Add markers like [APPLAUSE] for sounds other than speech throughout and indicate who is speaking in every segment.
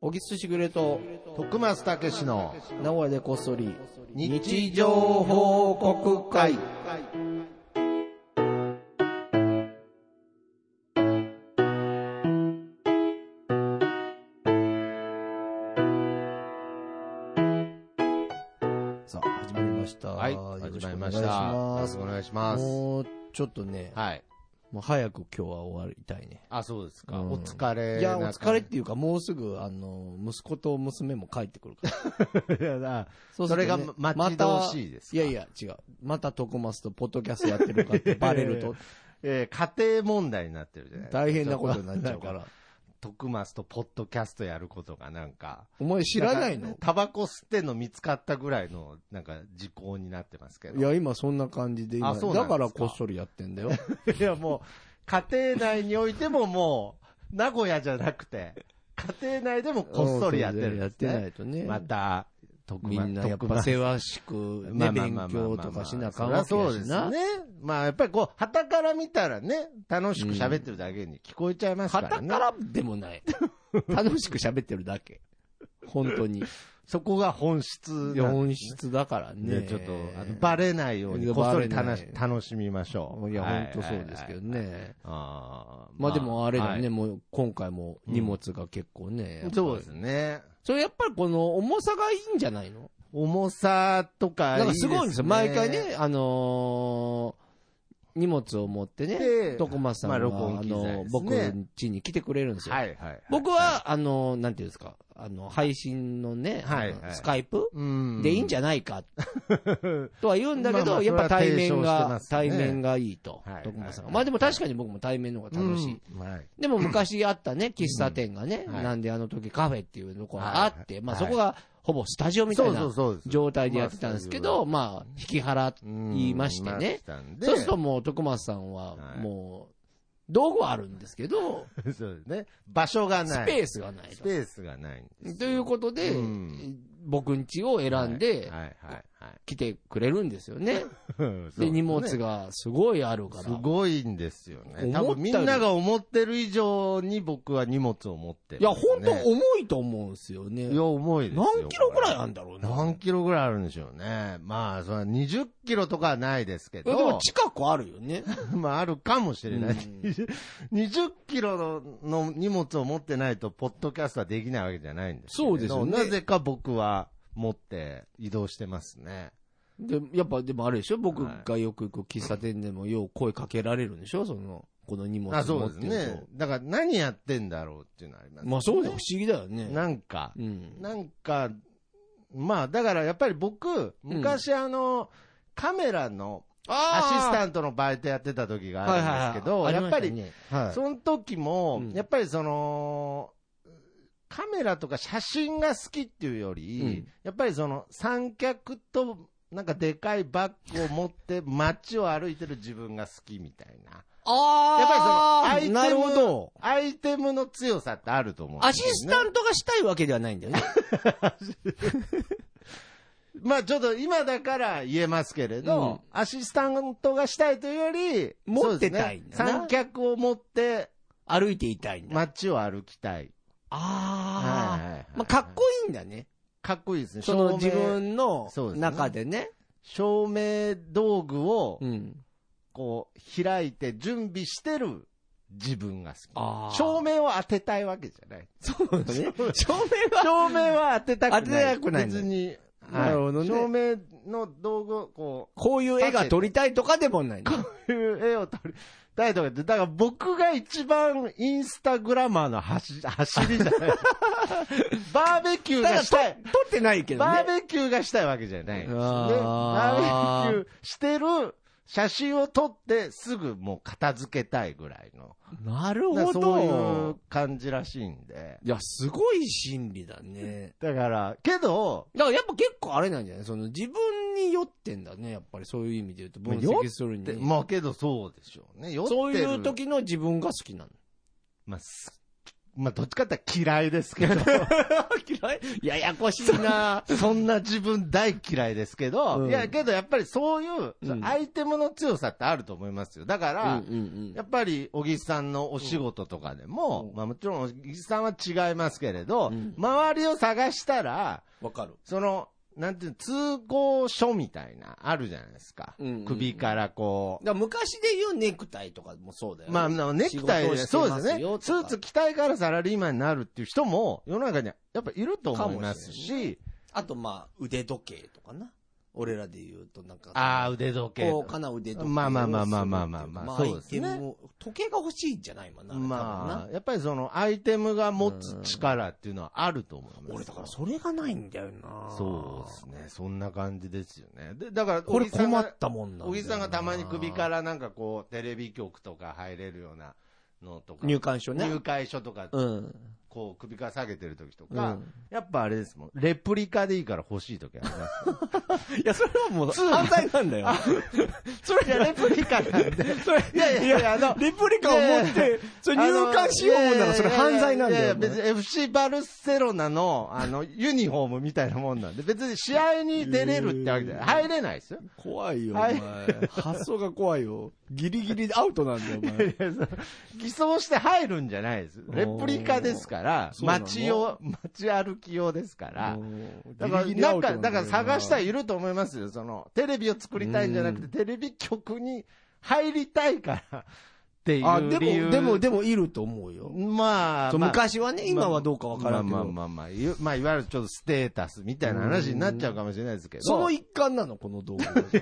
Speaker 1: 小木すしぐれと、
Speaker 2: 徳松たけしの
Speaker 1: 名古屋でこっそり、
Speaker 2: 日常報告会。
Speaker 1: さあ、始まりました。
Speaker 2: はい、
Speaker 1: よろ
Speaker 2: 始
Speaker 1: しく
Speaker 2: ま
Speaker 1: お願
Speaker 2: りま
Speaker 1: い
Speaker 2: し。
Speaker 1: した
Speaker 2: よ
Speaker 1: ま
Speaker 2: ろし
Speaker 1: す
Speaker 2: く。お願いします。
Speaker 1: もう、ちょっとね、
Speaker 2: はい。
Speaker 1: もう早く今日は終わりたいね。
Speaker 2: あ、そうですか。
Speaker 1: うん
Speaker 2: お疲れ。
Speaker 1: いや、お疲れっていうか、もうすぐ、あの、息子と娘も帰ってくるから。
Speaker 2: いやだ。
Speaker 1: そ
Speaker 2: [LAUGHS] それがま待ち遠しいですか
Speaker 1: いやいや、違う。また徳松とポッドキャストやってるかってバレる
Speaker 2: いや
Speaker 1: と、
Speaker 2: えー家庭問題になってるじゃないですか
Speaker 1: 大変なことになっちゃうか。
Speaker 2: ょと
Speaker 1: ら。
Speaker 2: 徳松とポッドキャストやることがなんか。
Speaker 1: お前知らないの
Speaker 2: んかタバコ吸ってんの見つかったぐらいの、なんか、時効になってますけど。
Speaker 1: いや、今そんな感じで今
Speaker 2: あそうなん
Speaker 1: だ
Speaker 2: ですか
Speaker 1: からこっそりやってんだよ。
Speaker 2: いや、もう、家庭内においてももう、名古屋じゃなくて、家庭内でもこっそりやってるん
Speaker 1: や
Speaker 2: で
Speaker 1: っ
Speaker 2: す
Speaker 1: て
Speaker 2: ね。
Speaker 1: ないとね。
Speaker 2: また、特
Speaker 1: みんなやっぱせわしく、ね、勉強とかしなあかんわけ
Speaker 2: そ
Speaker 1: や
Speaker 2: うで
Speaker 1: し
Speaker 2: す
Speaker 1: な。
Speaker 2: ね。まあ、やっぱりこう、旗から見たらね、楽しく喋ってるだけに聞こえちゃいますから
Speaker 1: 肩
Speaker 2: ね。
Speaker 1: からでも [LAUGHS] ない。楽しく喋ってるだけ。本当に。
Speaker 2: そこが本質なん
Speaker 1: 本質だからね。
Speaker 2: で、ちょっと、あの、バレないように、こっそり
Speaker 1: バレな
Speaker 2: 楽し
Speaker 1: い
Speaker 2: 楽しみましょう。
Speaker 1: いや、
Speaker 2: はい
Speaker 1: 本当そうですけど。
Speaker 2: はいはい
Speaker 1: ね。
Speaker 2: あー
Speaker 1: まあでもあれだね、
Speaker 2: はい
Speaker 1: もう今回も荷物が結構ね。やっぱり
Speaker 2: そうです。ね。
Speaker 1: それやっぱりこの重さがいいんじゃないの
Speaker 2: 重さと
Speaker 1: なん
Speaker 2: かいい
Speaker 1: か
Speaker 2: ですすね、
Speaker 1: ごいんですよ。毎回ね、あのー荷物を持ってね
Speaker 2: で、
Speaker 1: 徳松さんが、
Speaker 2: まあ録音
Speaker 1: あ
Speaker 2: 機材ですね
Speaker 1: の、僕ん家に来てくれるんですよ。
Speaker 2: はいはいはい。
Speaker 1: 僕は、あの、なんていうんですか、あの、配信のね、あの
Speaker 2: はいはい
Speaker 1: スカイプ
Speaker 2: うん、
Speaker 1: でいいんじゃない
Speaker 2: [LAUGHS]
Speaker 1: か、とは言うんだけ
Speaker 2: まあま
Speaker 1: ど、
Speaker 2: あ
Speaker 1: やっぱ対面
Speaker 2: それは提唱して
Speaker 1: が
Speaker 2: ま、すね
Speaker 1: 対面がいいと
Speaker 2: はい、
Speaker 1: 徳間さんが。
Speaker 2: はい
Speaker 1: まあでも確かに僕も対面の方が楽しい。
Speaker 2: うんはい。
Speaker 1: でも昔あったね、喫茶店がね、
Speaker 2: うんはい
Speaker 1: なんであの時カフェっていうとこがあって、
Speaker 2: はい
Speaker 1: まあ
Speaker 2: はい
Speaker 1: そこがほぼスタジオみた
Speaker 2: そ
Speaker 1: いう
Speaker 2: そ
Speaker 1: な
Speaker 2: うそうです。
Speaker 1: 状態でやってたんですけど、まあ、引き払って、言いましてね
Speaker 2: うん言いましたんで
Speaker 1: そうするともう徳松さんは
Speaker 2: はい
Speaker 1: もう、道具はあるんですけど、
Speaker 2: そうですね。場所がな
Speaker 1: ス
Speaker 2: い。
Speaker 1: ペースがない
Speaker 2: ス
Speaker 1: と
Speaker 2: ペ。ースがないんです。
Speaker 1: ということで、
Speaker 2: うん
Speaker 1: 僕ん家を選んで
Speaker 2: はいはいはい
Speaker 1: 来てくれるんですよね。
Speaker 2: はい。
Speaker 1: で、荷物
Speaker 2: が。
Speaker 1: がすごいあるから。
Speaker 2: すごいんですよね。多
Speaker 1: 思ったより
Speaker 2: 分みんなが思ってる以上に僕は荷物を持ってる、
Speaker 1: いや、本当
Speaker 2: い
Speaker 1: 重いと思うんですよね。
Speaker 2: や、重いですよ。
Speaker 1: 何キロぐらい
Speaker 2: こ
Speaker 1: あるんだろう
Speaker 2: れ
Speaker 1: な。
Speaker 2: 何キロぐらいあるんでしょうね。まあ、それは20キロとかはないですけ
Speaker 1: い
Speaker 2: ど。
Speaker 1: やでも近くあるよね。
Speaker 2: [LAUGHS] まあ、あるかもしれない。
Speaker 1: うん
Speaker 2: 20キロの荷物を持ってないと、ポッドキャストはできないわけじゃないんですけれ
Speaker 1: そ
Speaker 2: ど
Speaker 1: うですよね
Speaker 2: なぜか僕は持って移動してますね。
Speaker 1: で、やっぱでもあれでしょ僕
Speaker 2: はい
Speaker 1: がよく行く喫茶店でもよう声かけられるんでしょその、この荷物
Speaker 2: あ、そ
Speaker 1: 持
Speaker 2: う
Speaker 1: っ
Speaker 2: です
Speaker 1: てる
Speaker 2: ね。だから何やってんだろうっていうのはあります
Speaker 1: と。まあそうだよ、不思議だよね。
Speaker 2: なんか、
Speaker 1: うん。
Speaker 2: なんか、まあ、だからやっぱり僕、昔あの、カメラのアシスタ
Speaker 1: ン
Speaker 2: ントのバイトやってた時があるんですけど、やっぱり
Speaker 1: はい。
Speaker 2: その時も、
Speaker 1: うん
Speaker 2: やっぱりその、カメラとか写真が好きっていうより、
Speaker 1: うん
Speaker 2: やっぱりその三脚と、なんかでかいバッグを持って街を歩いてる自分が好きみたいな。
Speaker 1: ああ
Speaker 2: やっぱりそのア
Speaker 1: な
Speaker 2: イテ
Speaker 1: る
Speaker 2: ム
Speaker 1: ほど。
Speaker 2: アイテムの強さってあると思うん
Speaker 1: ア
Speaker 2: で
Speaker 1: シ
Speaker 2: す
Speaker 1: ス
Speaker 2: よね
Speaker 1: タントがしたいわけではないんだよ
Speaker 2: [LAUGHS]
Speaker 1: ね。
Speaker 2: まあちょっと今だから言えますけれど、アシスタントがしたいというより、
Speaker 1: 持ってたいんだな
Speaker 2: そうですね三脚を持って
Speaker 1: 歩いていたいんだ。
Speaker 2: 街を歩きたい。
Speaker 1: あ
Speaker 2: はいはいはい
Speaker 1: あ。まあ、かっこいいんだね。
Speaker 2: かっこいいですね。
Speaker 1: そ
Speaker 2: 照
Speaker 1: の
Speaker 2: 明
Speaker 1: 自分の
Speaker 2: そうですね
Speaker 1: 中でね。
Speaker 2: 照明道具を
Speaker 1: うん。
Speaker 2: こう開いて準備してる自分が好
Speaker 1: あ
Speaker 2: き。
Speaker 1: あ。
Speaker 2: 照明を当てたいわけじゃない。
Speaker 1: [LAUGHS] そうだね。照
Speaker 2: [LAUGHS] 照明は当てたくない。
Speaker 1: 当てたくないね
Speaker 2: 別に。
Speaker 1: なるほどね
Speaker 2: 照明の道具をこ
Speaker 1: こういう絵が撮りたいとかでもないの。
Speaker 2: う、いう絵を撮りたいとかって、 [LAUGHS] だから僕が一番インスタグラマーの走走
Speaker 1: [LAUGHS]
Speaker 2: りじゃない。バーベキュー
Speaker 1: ただ
Speaker 2: がしたい。
Speaker 1: 撮ってないけど
Speaker 2: バ
Speaker 1: ね。
Speaker 2: ーベキューがしたいわけじゃないんですよね。
Speaker 1: あ
Speaker 2: バ
Speaker 1: ー
Speaker 2: ーベキューしてる写真を撮ってすぐもう片付けたいぐらいの。
Speaker 1: なる
Speaker 2: だ
Speaker 1: ほ
Speaker 2: からそういう
Speaker 1: ど。
Speaker 2: 感じらしいんで。
Speaker 1: いや、すごい心理だね。
Speaker 2: だから、けど、
Speaker 1: だからやっぱ結構あれなんじゃないその自分に酔ってんだね。やっぱりそういう意味で言うと。分析するに
Speaker 2: で。まあけどそうでしょうね。酔ってる [LAUGHS]
Speaker 1: そういう時の自分が好きなの。
Speaker 2: まあ、すまあ、どっちかって言ったら嫌いで
Speaker 1: [LAUGHS]
Speaker 2: すけど、
Speaker 1: 嫌いややこしいな
Speaker 2: そんな自分大嫌いですけど、
Speaker 1: うん
Speaker 2: いや、けどやっぱりそういう、
Speaker 1: うん
Speaker 2: アイテムの強さってあると思いますよ。だから、
Speaker 1: うんうん
Speaker 2: やっぱり、小木さんのお仕事とかでも、
Speaker 1: うん
Speaker 2: まあもちろん小木さんは違いますけれど、
Speaker 1: うん
Speaker 2: 周りを探したら、
Speaker 1: うん。わかる。
Speaker 2: その、なんていうの通行書みたいな、あるじゃないですか。
Speaker 1: うんうんうん
Speaker 2: 首からこう。
Speaker 1: だから昔で言うネクタイとかもそうだよね。
Speaker 2: まあ、なネクタイ、
Speaker 1: 仕事
Speaker 2: そ
Speaker 1: をして
Speaker 2: うで
Speaker 1: ます
Speaker 2: すね。
Speaker 1: よと
Speaker 2: ス
Speaker 1: か
Speaker 2: ーツ着たいからサラリーマンになるっていう人も、世の中にはやっぱいると思いますし、
Speaker 1: かもあとまあ、腕時計とかな。俺らで言うとなんか。
Speaker 2: ああ、腕時計。
Speaker 1: 高価な腕時計をするっていうか。
Speaker 2: まあまあまあまあまあまあまあそうですね
Speaker 1: アイテムを時計が欲しいんじゃないもんな。れ多
Speaker 2: ま
Speaker 1: 分
Speaker 2: あ、やっぱりそのアイテムが持つ力っていうのはあると思います。
Speaker 1: な俺だからそれがないんだよな。
Speaker 2: そうですね。そんな感じですよね。で、だから、
Speaker 1: これ
Speaker 2: 小木さん
Speaker 1: 困
Speaker 2: が
Speaker 1: ったもんなんだよな
Speaker 2: 小木さんがたまに首からなんかこう、テレビ局とか入れるようなのとか、
Speaker 1: 入館証ね。
Speaker 2: 入会所とか、
Speaker 1: うん。
Speaker 2: こう、首から下げてる時と
Speaker 1: う
Speaker 2: か、
Speaker 1: ん
Speaker 2: やっぱあれですもん。レプリカでいいから欲しい時あります。
Speaker 1: いや、それはもう犯罪なん
Speaker 2: [LAUGHS]
Speaker 1: だよ。 [LAUGHS] それ
Speaker 2: いや、レプリカなんで。
Speaker 1: それ、
Speaker 2: [LAUGHS] いやいやいやあの
Speaker 1: レプリカを持っ
Speaker 2: いやい
Speaker 1: て、それ入館しようもんならそれ犯罪なんだよ。
Speaker 2: いやいやいや別に FC バルセロナの、あの、ユニフォームみたいなもんなんで、別に試合に出れるってわけじゃない。入れないですよ。
Speaker 1: 怖いよ、お
Speaker 2: はい
Speaker 1: 前。発想が怖いよ。ギリギリアウトなんだよ、お前。
Speaker 2: [LAUGHS] いやその偽装して入るんじゃないです。レプリカですから、
Speaker 1: そうなの
Speaker 2: 街用、街歩き用ですから。だ
Speaker 1: だ
Speaker 2: から、なんか、だ
Speaker 1: だ
Speaker 2: から探した
Speaker 1: い。
Speaker 2: いいると思いますよ。その、テレビを作りたいんじゃなく
Speaker 1: う
Speaker 2: て、テレビ局に入りたいからってい
Speaker 1: あ、
Speaker 2: う理
Speaker 1: で
Speaker 2: 由。
Speaker 1: も、でも、でもいると思うよ。
Speaker 2: まあ、
Speaker 1: そう
Speaker 2: まあ
Speaker 1: 昔はね、今はどうかわからんけ
Speaker 2: まあ
Speaker 1: ど。
Speaker 2: まあまあまあ、いまあ、いわゆるちょっとステータスみたいな話になっちゃうかもしれないですけど。
Speaker 1: その一環なの、この動画が。
Speaker 2: だ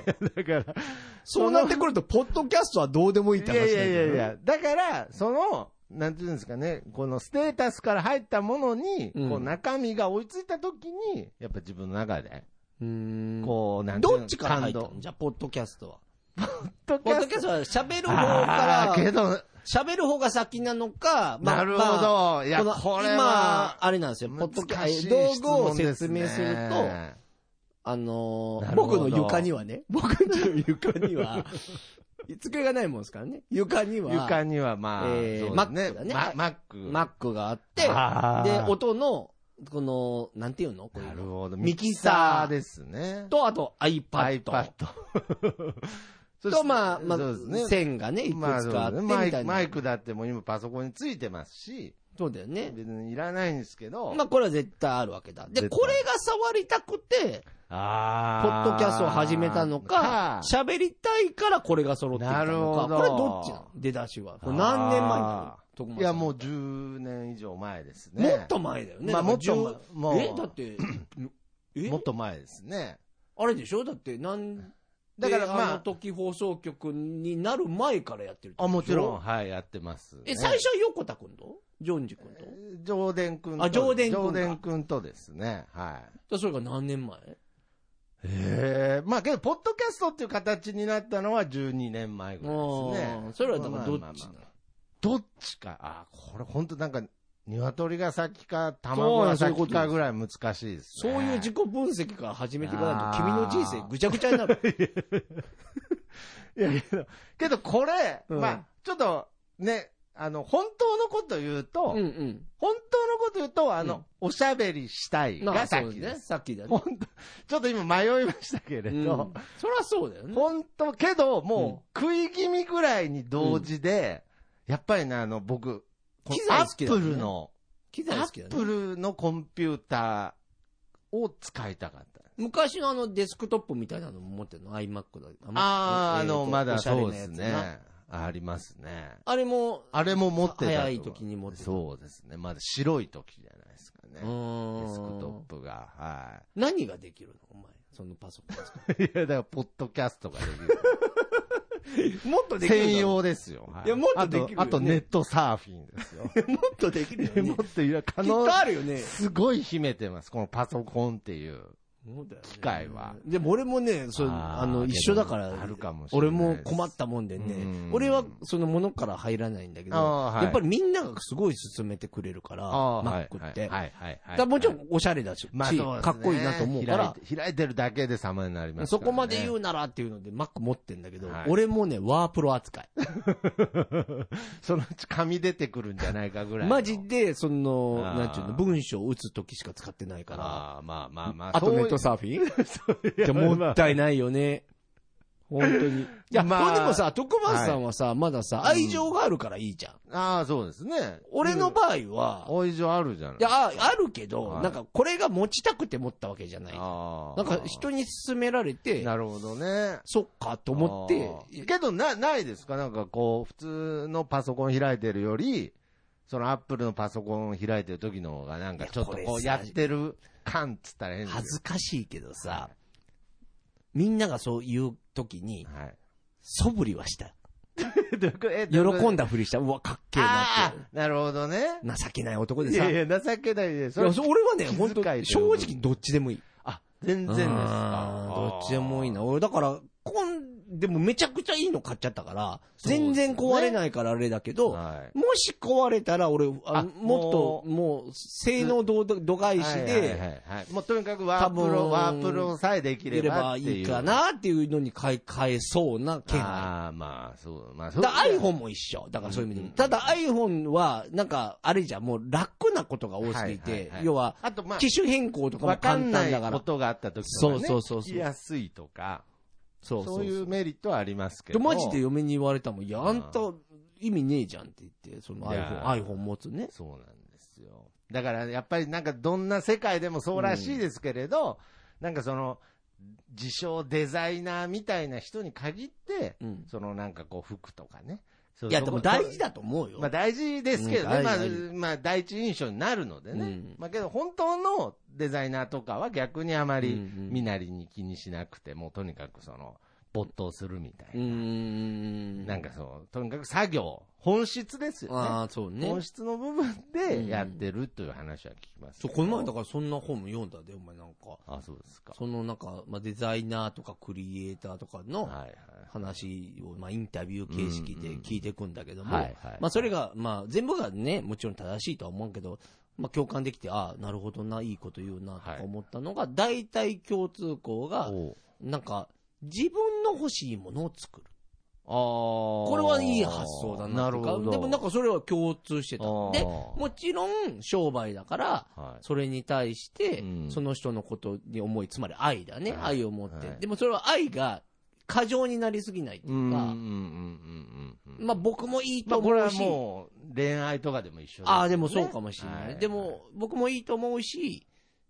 Speaker 2: から、
Speaker 1: そうなってくると、ポッドキャストはどうでもいいって
Speaker 2: いや
Speaker 1: 話
Speaker 2: い
Speaker 1: だ
Speaker 2: やいや
Speaker 1: よ
Speaker 2: いや、だから、その、なんていうんですかね、このステータスから入ったものに、
Speaker 1: うん
Speaker 2: こう中身が追いついたときに、やっぱ自分の中で、
Speaker 1: うーん
Speaker 2: こう、なんていうの
Speaker 1: どっちから入ったの
Speaker 2: 感
Speaker 1: じゃあ、ポッドキャストは。
Speaker 2: 動
Speaker 1: ポ
Speaker 2: ポ
Speaker 1: ッ
Speaker 2: ッド
Speaker 1: ド
Speaker 2: キ
Speaker 1: キ
Speaker 2: ャ
Speaker 1: ャ
Speaker 2: ス
Speaker 1: ス
Speaker 2: ト
Speaker 1: トは喋る方
Speaker 2: あ
Speaker 1: か
Speaker 2: ーけ
Speaker 1: ら、
Speaker 2: ど、
Speaker 1: 喋る方が先なのか、まあ
Speaker 2: なる
Speaker 1: まあ
Speaker 2: ほど。いや、
Speaker 1: の
Speaker 2: これ
Speaker 1: 今
Speaker 2: は、、
Speaker 1: あれなんですよ。ポッドキャスト、道具を説明すると、あのー
Speaker 2: なるほ
Speaker 1: 僕
Speaker 2: ど
Speaker 1: の床にはね、 [LAUGHS] 僕んちの床に
Speaker 2: [LAUGHS]
Speaker 1: は、机がないもんですからね。床には、
Speaker 2: 床にはまあ、
Speaker 1: えー
Speaker 2: そうです
Speaker 1: Mac だね
Speaker 2: まマック。
Speaker 1: マックがあって、
Speaker 2: あ
Speaker 1: で
Speaker 2: ー、
Speaker 1: 音の、この、なんていうのこうい
Speaker 2: な
Speaker 1: う
Speaker 2: る
Speaker 1: の
Speaker 2: ほど。
Speaker 1: ミ
Speaker 2: ミ
Speaker 1: キ
Speaker 2: キ
Speaker 1: サー
Speaker 2: サーですね。
Speaker 1: と、あと iPad。と、まあ、まあ、
Speaker 2: [LAUGHS] そうですね
Speaker 1: 線がね、いく
Speaker 2: まあ
Speaker 1: つかあ
Speaker 2: そ
Speaker 1: って
Speaker 2: う
Speaker 1: み
Speaker 2: ですねマ
Speaker 1: たい
Speaker 2: イ
Speaker 1: な。
Speaker 2: ク、マイクだってもう今パソコンについてますし、
Speaker 1: そうだよね。
Speaker 2: 別にいらないんですけど。
Speaker 1: まあ、これは絶対あるわけだ。で、
Speaker 2: 絶対
Speaker 1: これが触りたくて、ポ
Speaker 2: あ
Speaker 1: ッドキャストを始めたのか、喋りたいからこれが揃ってきた
Speaker 2: なる
Speaker 1: の
Speaker 2: ほ
Speaker 1: か、
Speaker 2: ど
Speaker 1: これどっちなの出だしは。これ何年前なの徳
Speaker 2: い
Speaker 1: 松さ
Speaker 2: や、
Speaker 1: ん
Speaker 2: もう10年以上前ですね。
Speaker 1: もっと前だよね。
Speaker 2: まあ
Speaker 1: だか
Speaker 2: もっと
Speaker 1: ら
Speaker 2: 前もう
Speaker 1: 10え、だ
Speaker 2: [COUGHS]
Speaker 1: って、え
Speaker 2: もっと前ですね。
Speaker 1: あれでしょだって、なん、だ
Speaker 2: だ
Speaker 1: か
Speaker 2: から
Speaker 1: ま
Speaker 2: ら
Speaker 1: あ、
Speaker 2: ま
Speaker 1: あ
Speaker 2: あ
Speaker 1: の時放送局になる前からやってるって
Speaker 2: あ、
Speaker 1: こと
Speaker 2: も
Speaker 1: で
Speaker 2: ち
Speaker 1: しょ
Speaker 2: ろん、。はい、やってます、
Speaker 1: え、最初は横田くんとジョンジ君と
Speaker 2: 上田くんと。
Speaker 1: あ上田君か
Speaker 2: 上田くんとですね。はい。
Speaker 1: だそれが何年前
Speaker 2: ええまあけど、ポッドキャストっていう形になったのは12年前ぐらいで
Speaker 1: あ
Speaker 2: すね
Speaker 1: ー。それはだからどっちなの
Speaker 2: まあまあまあまあどっちか。あーこれ本当なんか、鶏が先か、卵が先かぐらい難しいです
Speaker 1: そ
Speaker 2: ね。
Speaker 1: ういう自己分析から始めていかないと、君の人生ぐちゃぐちゃになる。
Speaker 2: いやけど、けどこれ、
Speaker 1: うん
Speaker 2: まあ、ちょっと、ね、あの、本当のこと言 [LAUGHS] う
Speaker 1: う
Speaker 2: と、
Speaker 1: んうん。
Speaker 2: 本当のこと言うと、あの、
Speaker 1: うん
Speaker 2: おしゃべりしたい
Speaker 1: まあ
Speaker 2: が先
Speaker 1: そうね
Speaker 2: です。
Speaker 1: さっきだね。
Speaker 2: 本当、ちょっと今迷いましたけれ
Speaker 1: うん
Speaker 2: ど、
Speaker 1: そりゃそうだよね。
Speaker 2: 本当、けど、もう、食い気味ぐらいに同時で、やっぱりね、あの、僕、この
Speaker 1: 機材好きだ
Speaker 2: ア
Speaker 1: も
Speaker 2: ッ
Speaker 1: んね
Speaker 2: プルの、
Speaker 1: 機
Speaker 2: ア
Speaker 1: 材好きだ
Speaker 2: ップ
Speaker 1: ね。
Speaker 2: ルのコンピューターを使いたかった。
Speaker 1: 昔のあのデスクトップみたいなのも持ってるの ?iMac だ。
Speaker 2: ああ、
Speaker 1: え
Speaker 2: あ
Speaker 1: ーと
Speaker 2: の、まだ
Speaker 1: おしゃれ
Speaker 2: そう
Speaker 1: な
Speaker 2: で
Speaker 1: や
Speaker 2: す
Speaker 1: つな
Speaker 2: ね。ありますね。
Speaker 1: あれも、
Speaker 2: あれも持ってたと
Speaker 1: 早い時に持ってた
Speaker 2: そうですね。まだ白い時じゃないですか
Speaker 1: デ
Speaker 2: ね。デスクトップが。は
Speaker 1: 何ができるのお前。そのパソコン使っ
Speaker 2: い。い [LAUGHS] や、だから、ポッドキャストがで
Speaker 1: [LAUGHS]
Speaker 2: き [LAUGHS]
Speaker 1: て。 [LAUGHS] もっと
Speaker 2: る。専。用ですよ。はい
Speaker 1: やもっとできるよね
Speaker 2: あと、あとネットサーフィンです
Speaker 1: [LAUGHS]
Speaker 2: よ。 [LAUGHS]
Speaker 1: もっとできるよね。
Speaker 2: もっといや、可
Speaker 1: きっ
Speaker 2: 能
Speaker 1: とあるよね。
Speaker 2: すごい秘めてます、このパソコンっていう。
Speaker 1: そうだよね
Speaker 2: 機会は。
Speaker 1: でも俺もね、そう、
Speaker 2: あー
Speaker 1: あの、
Speaker 2: けど
Speaker 1: 一緒だから、
Speaker 2: あるかもしれな
Speaker 1: 俺
Speaker 2: いです
Speaker 1: も困ったもんで
Speaker 2: う
Speaker 1: ね
Speaker 2: ん、
Speaker 1: 俺はそのものから入らないんだけど、
Speaker 2: あーはい
Speaker 1: やっぱりみんながすごい勧めてくれるから、
Speaker 2: あ
Speaker 1: マッ
Speaker 2: あ
Speaker 1: クって。
Speaker 2: はいはいはい
Speaker 1: だ
Speaker 2: は
Speaker 1: か
Speaker 2: い。
Speaker 1: らもちろんおしゃれだし、
Speaker 2: まあ
Speaker 1: し
Speaker 2: そうですね
Speaker 1: かっこいいなと思うから
Speaker 2: 開いて開いてるだけで様になります
Speaker 1: そこまで言
Speaker 2: う。
Speaker 1: うならっていうので、マック持ってんだけど、
Speaker 2: はい
Speaker 1: 俺もね、ワープロ扱い。
Speaker 2: そのうち紙出てくるんじゃないかぐらいの。
Speaker 1: マジで、その、
Speaker 2: あー
Speaker 1: なんていうの、文章を打つときしか使ってないから。
Speaker 2: ああ、まあまあまあ。
Speaker 1: あとネット
Speaker 2: そ
Speaker 1: サーフィン
Speaker 2: うい
Speaker 1: い
Speaker 2: う
Speaker 1: や、もったいないよね。本当に。いや、
Speaker 2: まあ
Speaker 1: まあ、でもさ、徳松さんはさ、まださ、愛情があるからいいじゃん。
Speaker 2: [LAUGHS] ああ、そうですね。
Speaker 1: 俺の場合は、
Speaker 2: お以上あるじゃない
Speaker 1: いや、ああるけど、
Speaker 2: はい
Speaker 1: なんかこれが持ちたくて持ったわけじゃない。
Speaker 2: あ
Speaker 1: なんか人に勧められて、
Speaker 2: なるほどね。
Speaker 1: そっかと思っ
Speaker 2: あー
Speaker 1: て、
Speaker 2: けどな、ないですかなんかこう、普通のパソコン開いてるより、そのアップルのパソコン開いてる時の方がなんかちょっと
Speaker 1: いや
Speaker 2: こ
Speaker 1: こ
Speaker 2: う
Speaker 1: れさ
Speaker 2: やってる感っつったら変ですよ
Speaker 1: 恥ずかしいけどさ、みんながそう言うときに、
Speaker 2: はい。
Speaker 1: そぶりはした。
Speaker 2: どういうことえ
Speaker 1: 喜
Speaker 2: [LAUGHS] どういうこと
Speaker 1: んだふりした。うわ、かっけえなっ
Speaker 2: ああ、なるほどね
Speaker 1: て。。情けない男で
Speaker 2: い
Speaker 1: さ。
Speaker 2: や
Speaker 1: い
Speaker 2: い
Speaker 1: や
Speaker 2: や、情けないです。それ
Speaker 1: そう俺はね、本当
Speaker 2: 気遣いという
Speaker 1: 正直どっちでもいい。
Speaker 2: あ、全然です
Speaker 1: うん
Speaker 2: か。
Speaker 1: どっちでもいいな。俺、だから、こん、でもめちゃくちゃいいの買っちゃったから、
Speaker 2: そうですよ
Speaker 1: 全
Speaker 2: ね
Speaker 1: 然壊れないからあれだけ
Speaker 2: あ
Speaker 1: ど、
Speaker 2: ー。はい。
Speaker 1: もし壊れたら俺、あ
Speaker 2: あ
Speaker 1: もっと、もう、性能度度外視
Speaker 2: はいはい
Speaker 1: で、
Speaker 2: はいはい、もうとにかくワープ
Speaker 1: 多
Speaker 2: ロ、
Speaker 1: 分
Speaker 2: ワープロさえでき
Speaker 1: い
Speaker 2: れ
Speaker 1: れ
Speaker 2: ば
Speaker 1: ば
Speaker 2: っていう。
Speaker 1: いいかなっていうのに変え、変えそうな気配。
Speaker 2: ああ、まあ、そう、まあ、そう。
Speaker 1: だ iPhone も一緒。だからそういう意味でも。ただ iPhone は、なんか、あれじゃん、もう楽なことが多すぎ
Speaker 2: はいはい
Speaker 1: て
Speaker 2: は、い
Speaker 1: 要は、
Speaker 2: あと、まあ、
Speaker 1: 機種変更とかも
Speaker 2: わか
Speaker 1: 簡
Speaker 2: んな
Speaker 1: 単だ
Speaker 2: い
Speaker 1: か
Speaker 2: こ
Speaker 1: ら。
Speaker 2: とがあった時とか、
Speaker 1: そ
Speaker 2: ね、
Speaker 1: うそうそうそう
Speaker 2: 聞きやすいとか、
Speaker 1: そ
Speaker 2: そういうメリットはありますけ
Speaker 1: で
Speaker 2: ど。
Speaker 1: マジで嫁に言われたもん、いや、
Speaker 2: うん
Speaker 1: あんた意味ねえじゃんって言って、その
Speaker 2: いや
Speaker 1: iPhone、iPhone 持つね。
Speaker 2: そうなんですよ。だから、やっぱりなんかどんな世界でもそうらしいですけれど、なんかその、自称デザイナーみたいな人に限って、
Speaker 1: うん。
Speaker 2: そのなんかこう服とかね。
Speaker 1: いや、でも大事
Speaker 2: だ
Speaker 1: だと思うよ。
Speaker 2: まあ大事ですけどね。
Speaker 1: うん
Speaker 2: まあ
Speaker 1: 大事大、
Speaker 2: まあ第一印象になるのでね。
Speaker 1: うん
Speaker 2: まあけど本当のデザイナーとかは逆にあま
Speaker 1: うん
Speaker 2: り
Speaker 1: うん
Speaker 2: 身なりに気にしなくて、もうとにかくその、没頭するみたいうな。
Speaker 1: ーん。
Speaker 2: なんかそう、とにかく作業、本質ですよ
Speaker 1: ああ、そう
Speaker 2: ね。
Speaker 1: ね
Speaker 2: 本。質の部分でやってるという話は聞きます
Speaker 1: そ
Speaker 2: けど。
Speaker 1: う、この前だからそんな本も読んだで、お前なんか。
Speaker 2: あ、そうですか。
Speaker 1: そのなんか、まあ、デザイナーとかクリエイターとかの
Speaker 2: はいはい。
Speaker 1: 話を、まあ、インタビュー形式で聞いていくんだけども、
Speaker 2: はいはい
Speaker 1: まあ、それが、まあ、全部がね、もちろん正しいとは思うけど、まあ、共感できて、ああ、なるほどな、いいこと言うな、とか思ったのが、大体共通項が、
Speaker 2: おう
Speaker 1: なんか、自分の欲しいものを作る。
Speaker 2: あこ
Speaker 1: これはいい発想だな
Speaker 2: な
Speaker 1: と
Speaker 2: るほ
Speaker 1: か。
Speaker 2: ど。
Speaker 1: でもなんかそれは共通してた。
Speaker 2: あー
Speaker 1: で、もちろん商売だから、
Speaker 2: はい、
Speaker 1: それに対して
Speaker 2: う、ん
Speaker 1: その人のことに思い、つまり愛だね。
Speaker 2: はい
Speaker 1: 愛を持って。
Speaker 2: はい
Speaker 1: でもそれは愛が過剰になりすぎないって
Speaker 2: う
Speaker 1: い
Speaker 2: ん
Speaker 1: う
Speaker 2: うんうんう
Speaker 1: か、
Speaker 2: んうんうん。
Speaker 1: まあ僕もいい
Speaker 2: ま
Speaker 1: と
Speaker 2: あ、こ
Speaker 1: 思
Speaker 2: れ
Speaker 1: う
Speaker 2: は
Speaker 1: し、
Speaker 2: もう、恋愛とかでも一緒
Speaker 1: ああ、でもそうかもしれない。
Speaker 2: はい
Speaker 1: でも、僕もいいと思うし、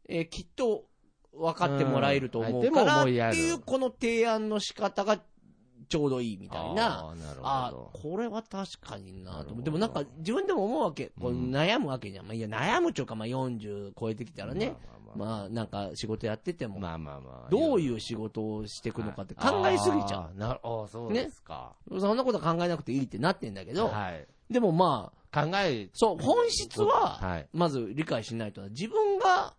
Speaker 1: えーきっと分かってもらえると思う
Speaker 2: うん
Speaker 1: か
Speaker 2: 相手も
Speaker 1: ら、っ
Speaker 2: 思
Speaker 1: て
Speaker 2: いやる
Speaker 1: いうこの提案の仕方がちょうどいいみ
Speaker 2: み
Speaker 1: たいな。
Speaker 2: ああ、なる
Speaker 1: あ
Speaker 2: ほ
Speaker 1: これは確かになと思って、
Speaker 2: なるほど
Speaker 1: でもなんか自分でも思うわけ、こう
Speaker 2: うん
Speaker 1: 悩むわけじゃん。まあ、いや、悩むちゅうか、まあ、40超えてきた
Speaker 2: ど。
Speaker 1: らね、。
Speaker 2: まあ
Speaker 1: まあ、なんか仕事やってても、
Speaker 2: まあまあまあ。
Speaker 1: どういうう仕事をしていくのかって考えすぎちゃ
Speaker 2: う。なるああ、そうですか。
Speaker 1: う。そんなこと考えなくていいってなってんだけど、
Speaker 2: はい。
Speaker 1: でもまあ、
Speaker 2: 考え、
Speaker 1: そう、本質は、
Speaker 2: はい。
Speaker 1: まず理解しないとな自分が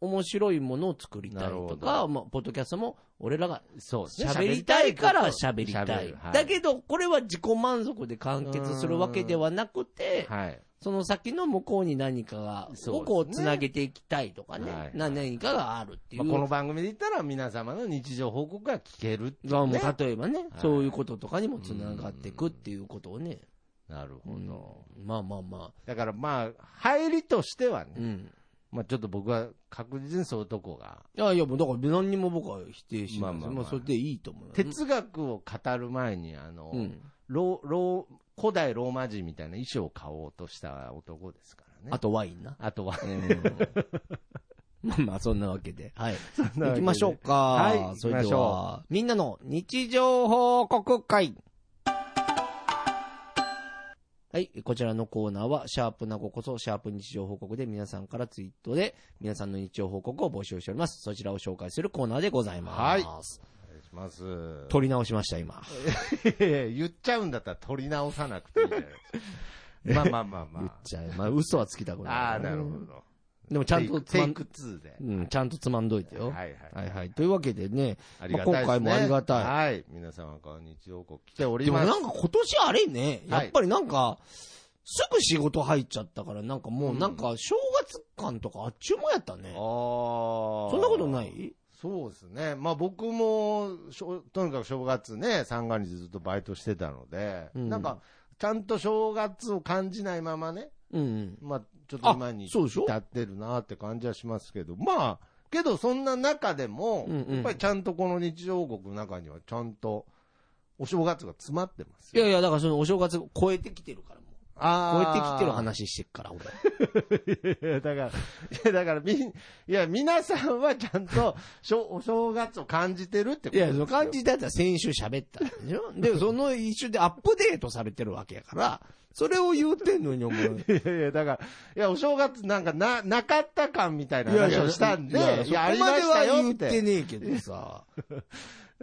Speaker 1: 面白いものを作りたい
Speaker 2: なるほ
Speaker 1: とか、
Speaker 2: ど
Speaker 1: まあ、ポッドキャストも、俺らが
Speaker 2: そうですね。
Speaker 1: 喋りたいから喋りたい。
Speaker 2: 喋るはい
Speaker 1: だけど、これは自己満足で完結するわけではなくて、
Speaker 2: はい。
Speaker 1: その先の向こうに何かが、
Speaker 2: そうです
Speaker 1: を
Speaker 2: ね
Speaker 1: こうつなげていきたいとかね、
Speaker 2: はい
Speaker 1: な何かがあるっていう。
Speaker 2: まあ、この番組で言ったら皆様の日常報告が聞けるってい
Speaker 1: まあ
Speaker 2: う
Speaker 1: も
Speaker 2: ね。
Speaker 1: う例えばね、
Speaker 2: はい
Speaker 1: そういうこととかにもつながっていくっていうことをね、
Speaker 2: なるほど。
Speaker 1: うんまあまあまあ、
Speaker 2: だからまあ、入りとしては
Speaker 1: う
Speaker 2: ね、
Speaker 1: ん。
Speaker 2: まあちょっと僕は確実にそういうとこが、
Speaker 1: いやいや、もうだから何にも僕は否定しないです。
Speaker 2: まあまあまあ
Speaker 1: まあそれでいいと思う。
Speaker 2: 哲学を語る前に、あの、
Speaker 1: うん。
Speaker 2: ローロー古代ローマ人みたいな衣装を買おうとした男ですからね。
Speaker 1: あとワインな。
Speaker 2: あとは、
Speaker 1: まあまあ、そんなわけで。はい。
Speaker 2: な
Speaker 1: 行
Speaker 2: わけで
Speaker 1: きましょうか。
Speaker 2: はい
Speaker 1: そ
Speaker 2: 行
Speaker 1: れ
Speaker 2: きま
Speaker 1: で
Speaker 2: し
Speaker 1: は
Speaker 2: ょ、
Speaker 1: みんなの日常報告会。はい。こちらのコーナーは、シャープなごこそ、シャープ日常報告で皆さんからツイートで、皆さんの日常報告を募集しております。そちらを紹介するコーナーでございます。
Speaker 2: お願いします。
Speaker 1: 取り直しました、今。
Speaker 2: 言っちゃうんだったら取り直さなくていいじゃないですか。まあまあまあ
Speaker 1: 言っ
Speaker 2: ま
Speaker 1: ちゃう。まあ、嘘はつきたくない。
Speaker 2: あ。ああ、なるほど。
Speaker 1: でもちゃんとつ
Speaker 2: テ
Speaker 1: ま
Speaker 2: イ
Speaker 1: ん、
Speaker 2: クテイク2で。
Speaker 1: うん、ちゃんとつまんどいてよ。
Speaker 2: はい
Speaker 1: は、
Speaker 2: はいい。
Speaker 1: はい、というわけでね、
Speaker 2: ありがたいです、ね。
Speaker 1: まあ今回もありがたい
Speaker 2: はい。皆様、こんにちは。来ており
Speaker 1: でも
Speaker 2: ます。
Speaker 1: なんか今年あれね、や
Speaker 2: はい
Speaker 1: っぱりなんか、すぐ仕事入っちゃったから、なんかもうなんか正月感とかあっちゅうもんやったね。
Speaker 2: ああ。
Speaker 1: そんなことない
Speaker 2: そうですね。まあ僕も、しょとにかく正月ね、三が日ずっとバイトしてたので、
Speaker 1: うん
Speaker 2: なんか、ちゃんと正月を感じないままね、
Speaker 1: うんうん。
Speaker 2: まあちょっと今に
Speaker 1: あそうでしょ
Speaker 2: 至ってるなって感じはしますけど、まあ、けどそんな中でも、
Speaker 1: うんうん
Speaker 2: やっぱりちゃんとこの日常王国の中にはちゃんと、お正月が詰まってます
Speaker 1: いやいや、だからそのお正月超えてきてるからもう。超え
Speaker 2: あ
Speaker 1: てきてる
Speaker 2: 話
Speaker 1: 話してっから、俺。
Speaker 2: [LAUGHS] いや、だから、いや、だからみん、いや、皆さんはちゃんと、しょ、お正月を感じてるってこ
Speaker 1: いや、
Speaker 2: とですよ
Speaker 1: その感じだったら先週喋ったんでしょ [LAUGHS] で、その一瞬でアップデートされてるわけやから、それを言うてんのに [LAUGHS] 思う。
Speaker 2: いやいや、だから、いや、お正月なんかな、なかった感みたいない
Speaker 1: やい
Speaker 2: 話
Speaker 1: や
Speaker 2: をしたんで、い
Speaker 1: い
Speaker 2: や、
Speaker 1: や、そこ
Speaker 2: ありま
Speaker 1: まで
Speaker 2: した
Speaker 1: は
Speaker 2: よ
Speaker 1: 言
Speaker 2: っ。
Speaker 1: っててねえけどさ。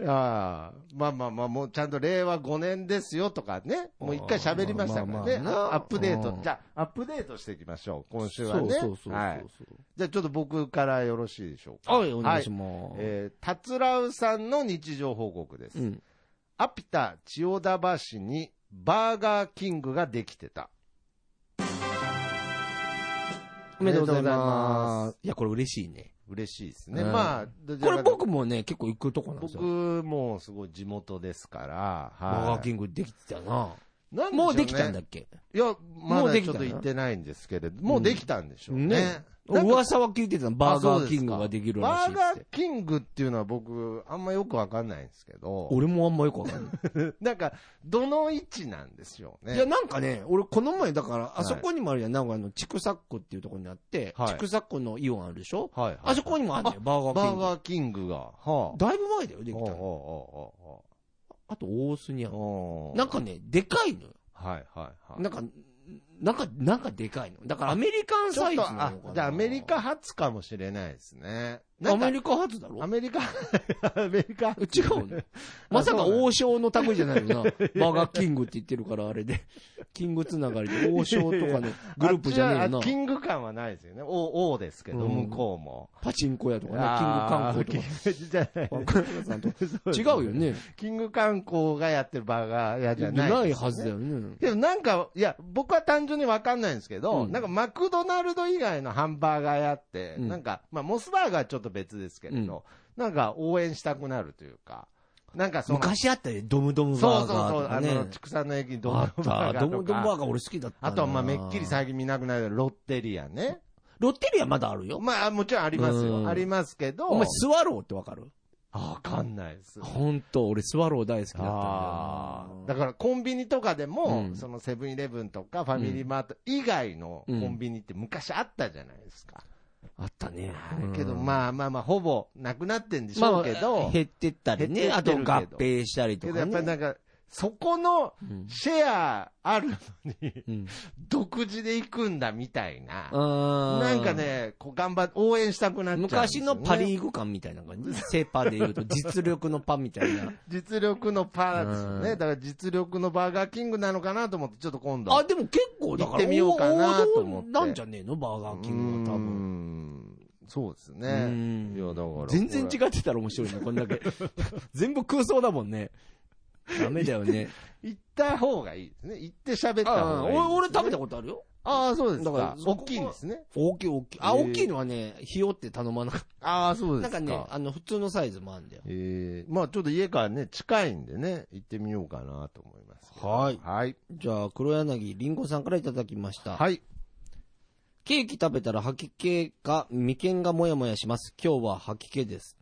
Speaker 2: いやまあまあまあ、もうちゃんと令和5年ですよとかね、もう一回喋りましたからね、
Speaker 1: まあまあまあな
Speaker 2: アップデート、
Speaker 1: うん
Speaker 2: じゃあ、アップデートしていきましょう、今週
Speaker 1: そう
Speaker 2: は
Speaker 1: そう
Speaker 2: ね。
Speaker 1: そうそう。
Speaker 2: はい。じゃあ、ちょっと僕からよろしいでしょうか。
Speaker 1: はい、お願いし
Speaker 2: は
Speaker 1: ます。
Speaker 2: えー、たつらうさんの日常報告です。
Speaker 1: うん。
Speaker 2: アピタ千代田橋にバーガーキングができてた。
Speaker 1: おめでとうござい
Speaker 2: おめでとうござい
Speaker 1: ま。
Speaker 2: ます
Speaker 1: いや、これ嬉しいね。
Speaker 2: 嬉しいですね。
Speaker 1: うん
Speaker 2: まあ、どち
Speaker 1: こ
Speaker 2: ら
Speaker 1: れ
Speaker 2: かというと
Speaker 1: 僕もね、結構行くとこなんですよ。
Speaker 2: 僕もすごい地元ですから、
Speaker 1: バーガー
Speaker 2: はい
Speaker 1: キングできてたな。
Speaker 2: なんしょね
Speaker 1: もうできたんだっけ
Speaker 2: いや、ま
Speaker 1: もう
Speaker 2: だ
Speaker 1: で
Speaker 2: ち
Speaker 1: き
Speaker 2: ょったと
Speaker 1: の
Speaker 2: 行ってないんですけれど、もうできたんでしょうね
Speaker 1: ね。
Speaker 2: なんか
Speaker 1: 噂は聞いてたのバーガーキングができるらしいっ
Speaker 2: バーガ
Speaker 1: て
Speaker 2: ー。キングっていうのは僕、あんまよくわかんないんですけど、
Speaker 1: 俺もあんまよくわかんない。
Speaker 2: なんか、どの位置なんですよね。
Speaker 1: いや、なんかね、俺この前だから、
Speaker 2: い
Speaker 1: あそこにもあるじゃん。なんかあの、チクサックっていうところにあって、
Speaker 2: はい
Speaker 1: チクサックのイオンあるでしょ
Speaker 2: はいはい
Speaker 1: あそこにもあるんだよ、バーガー
Speaker 2: バ
Speaker 1: キン
Speaker 2: ー
Speaker 1: グ。
Speaker 2: ガーキングが。はあ。
Speaker 1: だいぶ前だよ、でき
Speaker 2: おう
Speaker 1: たの。
Speaker 2: おうおうおう
Speaker 1: あと、大須にある。
Speaker 2: おう
Speaker 1: なんかね、でかいのよ。
Speaker 2: はいはいはい。
Speaker 1: なんか、なんか、なんかでかいの。だからアメリカン
Speaker 2: ちょ
Speaker 1: サ
Speaker 2: っ
Speaker 1: イズ
Speaker 2: と、
Speaker 1: なの
Speaker 2: あ
Speaker 1: かな。、
Speaker 2: じゃあアメリカ初かもしれないですね。な
Speaker 1: ア
Speaker 2: んか
Speaker 1: メリカ発だろ
Speaker 2: アメリカ、アメリカ、 [LAUGHS]
Speaker 1: 違うのまさか王将の類じゃない
Speaker 2: [LAUGHS]
Speaker 1: よな。バーガーキングって言ってるから、あれで。キングつながりで王将とかのグループじゃねえよ
Speaker 2: あっちは
Speaker 1: な。
Speaker 2: あキング感はないですよね。王、王ですけど、
Speaker 1: うん
Speaker 2: 向こうも。
Speaker 1: パチンコ屋とかね、
Speaker 2: あー
Speaker 1: キング観
Speaker 2: キングじゃない
Speaker 1: 光とか。若さんと
Speaker 2: そうです
Speaker 1: [LAUGHS] 違うよね。
Speaker 2: キング観光がやってるバーガー屋じ
Speaker 1: じゃ
Speaker 2: ゃな。
Speaker 1: ないいはずだよね。
Speaker 2: でもなんか、いや、僕は単純にわかんないんですけど、
Speaker 1: うん
Speaker 2: なんかマクドナルド以外のハンバーガー屋って、
Speaker 1: うん
Speaker 2: なんか、まあモスバーガーはちょっと別ですけれど、なんか応援したくなるというか、なんかその、
Speaker 1: 昔あったね、ドムドム
Speaker 2: そ
Speaker 1: バ
Speaker 2: うそう
Speaker 1: ーガ
Speaker 2: そう、
Speaker 1: ーとか
Speaker 2: あ
Speaker 1: ね
Speaker 2: の、。畜産の駅にド
Speaker 1: あ
Speaker 2: ムド
Speaker 1: っ
Speaker 2: ムバ
Speaker 1: た。
Speaker 2: ーガー
Speaker 1: ド
Speaker 2: とか。
Speaker 1: ムドムバーガー俺好きだったな。
Speaker 2: あとは、まあ、めっきり最近見なくなるロッテリアね。
Speaker 1: ロッテリアまだあるよ。
Speaker 2: まあ、もちろんあります
Speaker 1: うん
Speaker 2: よ。ありますけど。
Speaker 1: お前、スワローってわかる
Speaker 2: あわかんないです。
Speaker 1: ほんと、俺スワロー大好きだったんだよな
Speaker 2: ああ。だから、コンビニとかでも、
Speaker 1: うん
Speaker 2: そのセブンイレブンとかファミリーマート以外の
Speaker 1: う
Speaker 2: コ
Speaker 1: ん
Speaker 2: ンビニって昔あったじゃないですか。
Speaker 1: あったね。
Speaker 2: けど、
Speaker 1: あ、
Speaker 2: まあまあまあ、ほぼなくなってんでし
Speaker 1: ま
Speaker 2: ょ
Speaker 1: あ
Speaker 2: うけど。
Speaker 1: 減ってったりね。
Speaker 2: 減っ
Speaker 1: あ
Speaker 2: て
Speaker 1: と
Speaker 2: っ
Speaker 1: 合
Speaker 2: てるけど
Speaker 1: 併したりと
Speaker 2: けど、
Speaker 1: か
Speaker 2: やっぱり
Speaker 1: ね。
Speaker 2: なんか、そこの
Speaker 1: うん
Speaker 2: シェアあるのに、
Speaker 1: うん
Speaker 2: 独自で行くんだみたいな。な
Speaker 1: なん
Speaker 2: か、ね、こう頑張って、応援したくなっちゃうんです
Speaker 1: 昔
Speaker 2: よね
Speaker 1: のパリーグ感みたいな感じ。セーパーで言うと、実力のパンみたいな。
Speaker 2: 実力のパーですよね。
Speaker 1: う
Speaker 2: だから実力のバーガーキングなのかなと思って、ちょっと今度。
Speaker 1: あ、でも結構だから、
Speaker 2: 行ってみようかなと思って
Speaker 1: 王道なんじゃねえのバーガーキングは多分。
Speaker 2: 分。そうです
Speaker 1: う
Speaker 2: ね。
Speaker 1: ん
Speaker 2: いや、だから。
Speaker 1: 全然
Speaker 2: こ
Speaker 1: 違ってたら面白いね、こんだけ。全部空想だもんね。ダメだよね。
Speaker 2: れ。行った方がいいですね。行って喋った
Speaker 1: あ
Speaker 2: 方がいいですね、
Speaker 1: 俺、俺食べたことあるよ。
Speaker 2: ああ、そうです
Speaker 1: だから
Speaker 2: か。
Speaker 1: そこ
Speaker 2: 大
Speaker 1: は
Speaker 2: きいんですね。
Speaker 1: 大きい大きい。
Speaker 2: へ
Speaker 1: あ、
Speaker 2: え
Speaker 1: 大きいのはね、ひよって頼まなかっ
Speaker 2: ああ、そう
Speaker 1: た。
Speaker 2: で
Speaker 1: な
Speaker 2: す
Speaker 1: ん
Speaker 2: か。
Speaker 1: かね、あの、普通のサイズもあるんだよ。
Speaker 2: ええまあちょっと家からね、近いんでね、行ってみようかなと思いますけど。
Speaker 1: はい
Speaker 2: はい。
Speaker 1: じゃあ、黒柳りんごさんからいただきました。
Speaker 2: はい。
Speaker 1: ケーキ食べたら吐き気か、眉間がもやもやします。今日は吐き気です。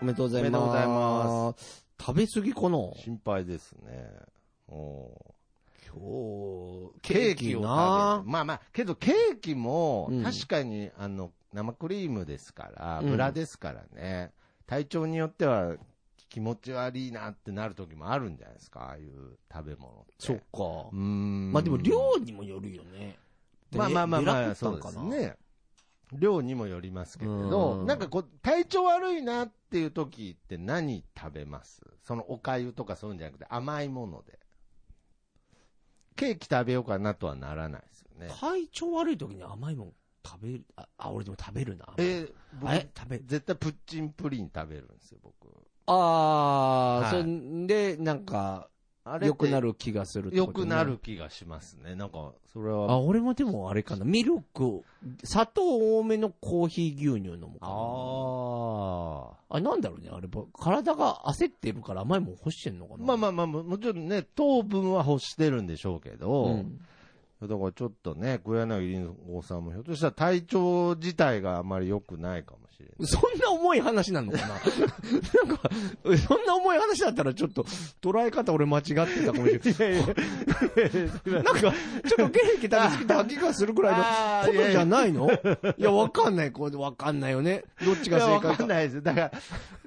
Speaker 1: おめでとうございます。。
Speaker 2: おめでとうございます
Speaker 1: 食べ過ぎかな今
Speaker 2: 心配ですね。おー
Speaker 1: 日、
Speaker 2: ケーキを食べる。
Speaker 1: な
Speaker 2: まあまあ、けどケーキも
Speaker 1: うん、
Speaker 2: 確かに、あの、生クリームですから、
Speaker 1: うん
Speaker 2: ブラですからね、体調によっては気持ち悪いなってなる時もあるんじゃないですか、ああいう食べ物って。
Speaker 1: そっか。
Speaker 2: うーん。
Speaker 1: まあでも量にもよるよね。
Speaker 2: まあまあまあまあ、
Speaker 1: そ
Speaker 2: そう
Speaker 1: う
Speaker 2: で
Speaker 1: か
Speaker 2: す
Speaker 1: な。
Speaker 2: ね。量にもよりますけれ
Speaker 1: う
Speaker 2: ど、
Speaker 1: ん
Speaker 2: なんかこう、体調悪いなっていう時って何食べますそのお粥とかそういうんじゃなくて甘いもので。ケーキ食べようかなとはならないですよね。
Speaker 1: 体調悪い時に甘いもん食べる、あ、あ俺でも食べるな。
Speaker 2: え
Speaker 1: あ
Speaker 2: ー
Speaker 1: れ、食べ
Speaker 2: 僕、、絶対プッチンプリン食べるんですよ、僕。
Speaker 1: あー、
Speaker 2: はい
Speaker 1: そんで、なんか、
Speaker 2: あれ
Speaker 1: 良くな
Speaker 2: る。
Speaker 1: る気がするって
Speaker 2: 良
Speaker 1: こと
Speaker 2: く
Speaker 1: ね
Speaker 2: なる。気がしますね。なんか、それは。
Speaker 1: あ、俺もでもあれかな。ミルク、砂糖多めのコーヒー牛乳飲むかな。
Speaker 2: あ
Speaker 1: あれなんだろうね、あれ、ぼ体が焦ってるから甘いもん欲してんのかな。
Speaker 2: まあまあまあ、ももちろんね、糖分は欲してるんでしょうけど、
Speaker 1: うん
Speaker 2: だからちょっとね、小柳凛子さんもひょっとしたら体調自体があまり良くないかもしれない。
Speaker 1: そんな重い話なの [LAUGHS] かななんか、そんな重い話だったらちょっと、捉え方俺間違ってたかもしれない。 [LAUGHS] なんか、ちょっとケーキ食べ過ぎた気がするぐらいのことじゃないのいや、わかんない。これわかんないよね。どっちが
Speaker 2: いや
Speaker 1: 正
Speaker 2: わ
Speaker 1: 解
Speaker 2: かん
Speaker 1: か。
Speaker 2: ないです。だから、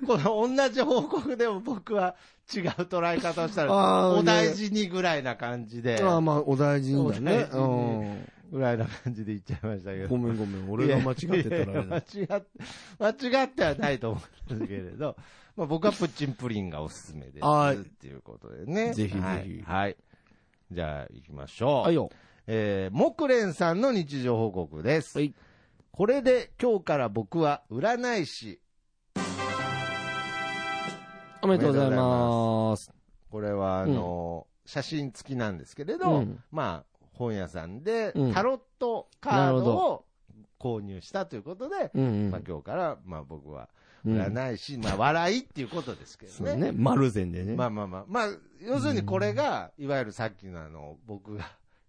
Speaker 2: この同じ報告でも僕は違う捉え方をしたら、
Speaker 1: あーね
Speaker 2: お大事にぐらいな感じで、
Speaker 1: ああ、まあ、お大事にだね。
Speaker 2: お大ぐらいな感じで言っちゃいましたけ
Speaker 1: うん
Speaker 2: ど。
Speaker 1: ごめんごめん。俺が間違ってた
Speaker 2: いや
Speaker 1: ら
Speaker 2: い
Speaker 1: あれだ。
Speaker 2: や間違って、間違ってはないと思うんですけれど、 [LAUGHS] まあ僕はプッチンプリンがおすすめです。
Speaker 1: はい
Speaker 2: っていうことでね。
Speaker 1: ぜひぜひ
Speaker 2: はい。はいじゃあ行きましょう。
Speaker 1: はいよ。
Speaker 2: えー、木蓮さんの日常報告です。
Speaker 1: はい
Speaker 2: これで今日から僕は占い師。
Speaker 1: おめでとうございます。
Speaker 2: これはあのー写真付きなんですけれど、
Speaker 1: うん
Speaker 2: まあ本屋さんで
Speaker 1: うん
Speaker 2: タロットカード
Speaker 1: なるほ
Speaker 2: を購入したということで、
Speaker 1: うんうん
Speaker 2: まあ今日からまあ僕は
Speaker 1: うん。
Speaker 2: 占い師、まあ笑いっていうことですけど
Speaker 1: そう
Speaker 2: ね。
Speaker 1: ね。丸善でね。
Speaker 2: まあまあまあ。まあ、要するにこれが、いわゆるさっきのあの、僕が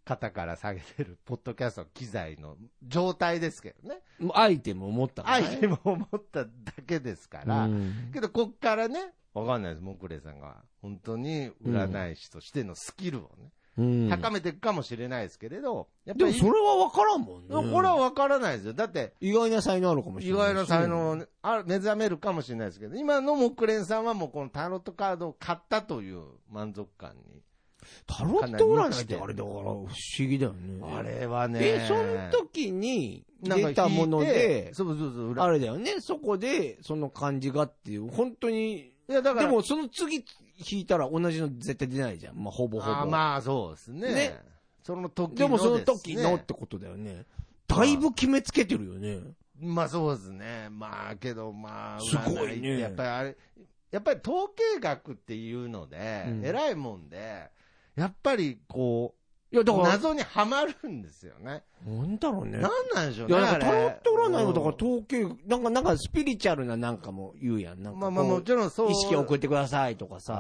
Speaker 2: 肩から下げてるポッドキャストの機材の状態ですけどね。
Speaker 1: アイテムを持ったから
Speaker 2: ア
Speaker 1: ね。
Speaker 2: イテムを持っただけですから。
Speaker 1: うん
Speaker 2: けど、こっからね、わかんないです。モクレイさんが、本当に占い師としてのスキルをね、
Speaker 1: うん
Speaker 2: 高めていくかもしれないですけれど、やっ
Speaker 1: で
Speaker 2: ぱ
Speaker 1: も
Speaker 2: り、
Speaker 1: それは分からんもんね。
Speaker 2: これはわからないですよ。だって、
Speaker 1: 意外な才能あるかもし
Speaker 2: 意
Speaker 1: れないし。
Speaker 2: 外な才能をねあ目覚めるかもしれないですけど、今の木蓮さんはもうこのタロットカードを買ったという満足感に。
Speaker 1: タロット占いってあれだから不思議だよね。
Speaker 2: あれはね。
Speaker 1: え、その時に
Speaker 2: なんか
Speaker 1: 出たもの
Speaker 2: 引いて
Speaker 1: で、
Speaker 2: そうそうそう。裏
Speaker 1: あれだよね。そこで、その感じがっていう、本当に、
Speaker 2: いや、だか
Speaker 1: で
Speaker 2: ら、
Speaker 1: もその次引いたら同じの絶対出ないじゃん。まあ、ほぼほ
Speaker 2: あ
Speaker 1: ぼ。
Speaker 2: まあそうですね。
Speaker 1: ね
Speaker 2: その時の
Speaker 1: でもその
Speaker 2: です
Speaker 1: 時
Speaker 2: ね
Speaker 1: のってことだよね。だいぶ決めつけてるよね。
Speaker 2: まあそうですね。まあけど、まあ、
Speaker 1: すごいね
Speaker 2: 占ってやっぱりあれ、やっぱり統計学っていうので、
Speaker 1: うん
Speaker 2: 偉いもんで、やっぱりこ
Speaker 1: いや、
Speaker 2: う
Speaker 1: だ、から、
Speaker 2: 謎にはまるんですよね。
Speaker 1: なんだろうね。
Speaker 2: なんなんでしょう
Speaker 1: い
Speaker 2: ね。
Speaker 1: や、なんか
Speaker 2: あ
Speaker 1: タ
Speaker 2: れ
Speaker 1: ロット占いもだから
Speaker 2: うん
Speaker 1: 統計、なんか、なんかスピリチュアルななんかも言うやん。なんかこう
Speaker 2: まあまあもちろんそう。
Speaker 1: 意識を送ってくださいとかさ。
Speaker 2: さ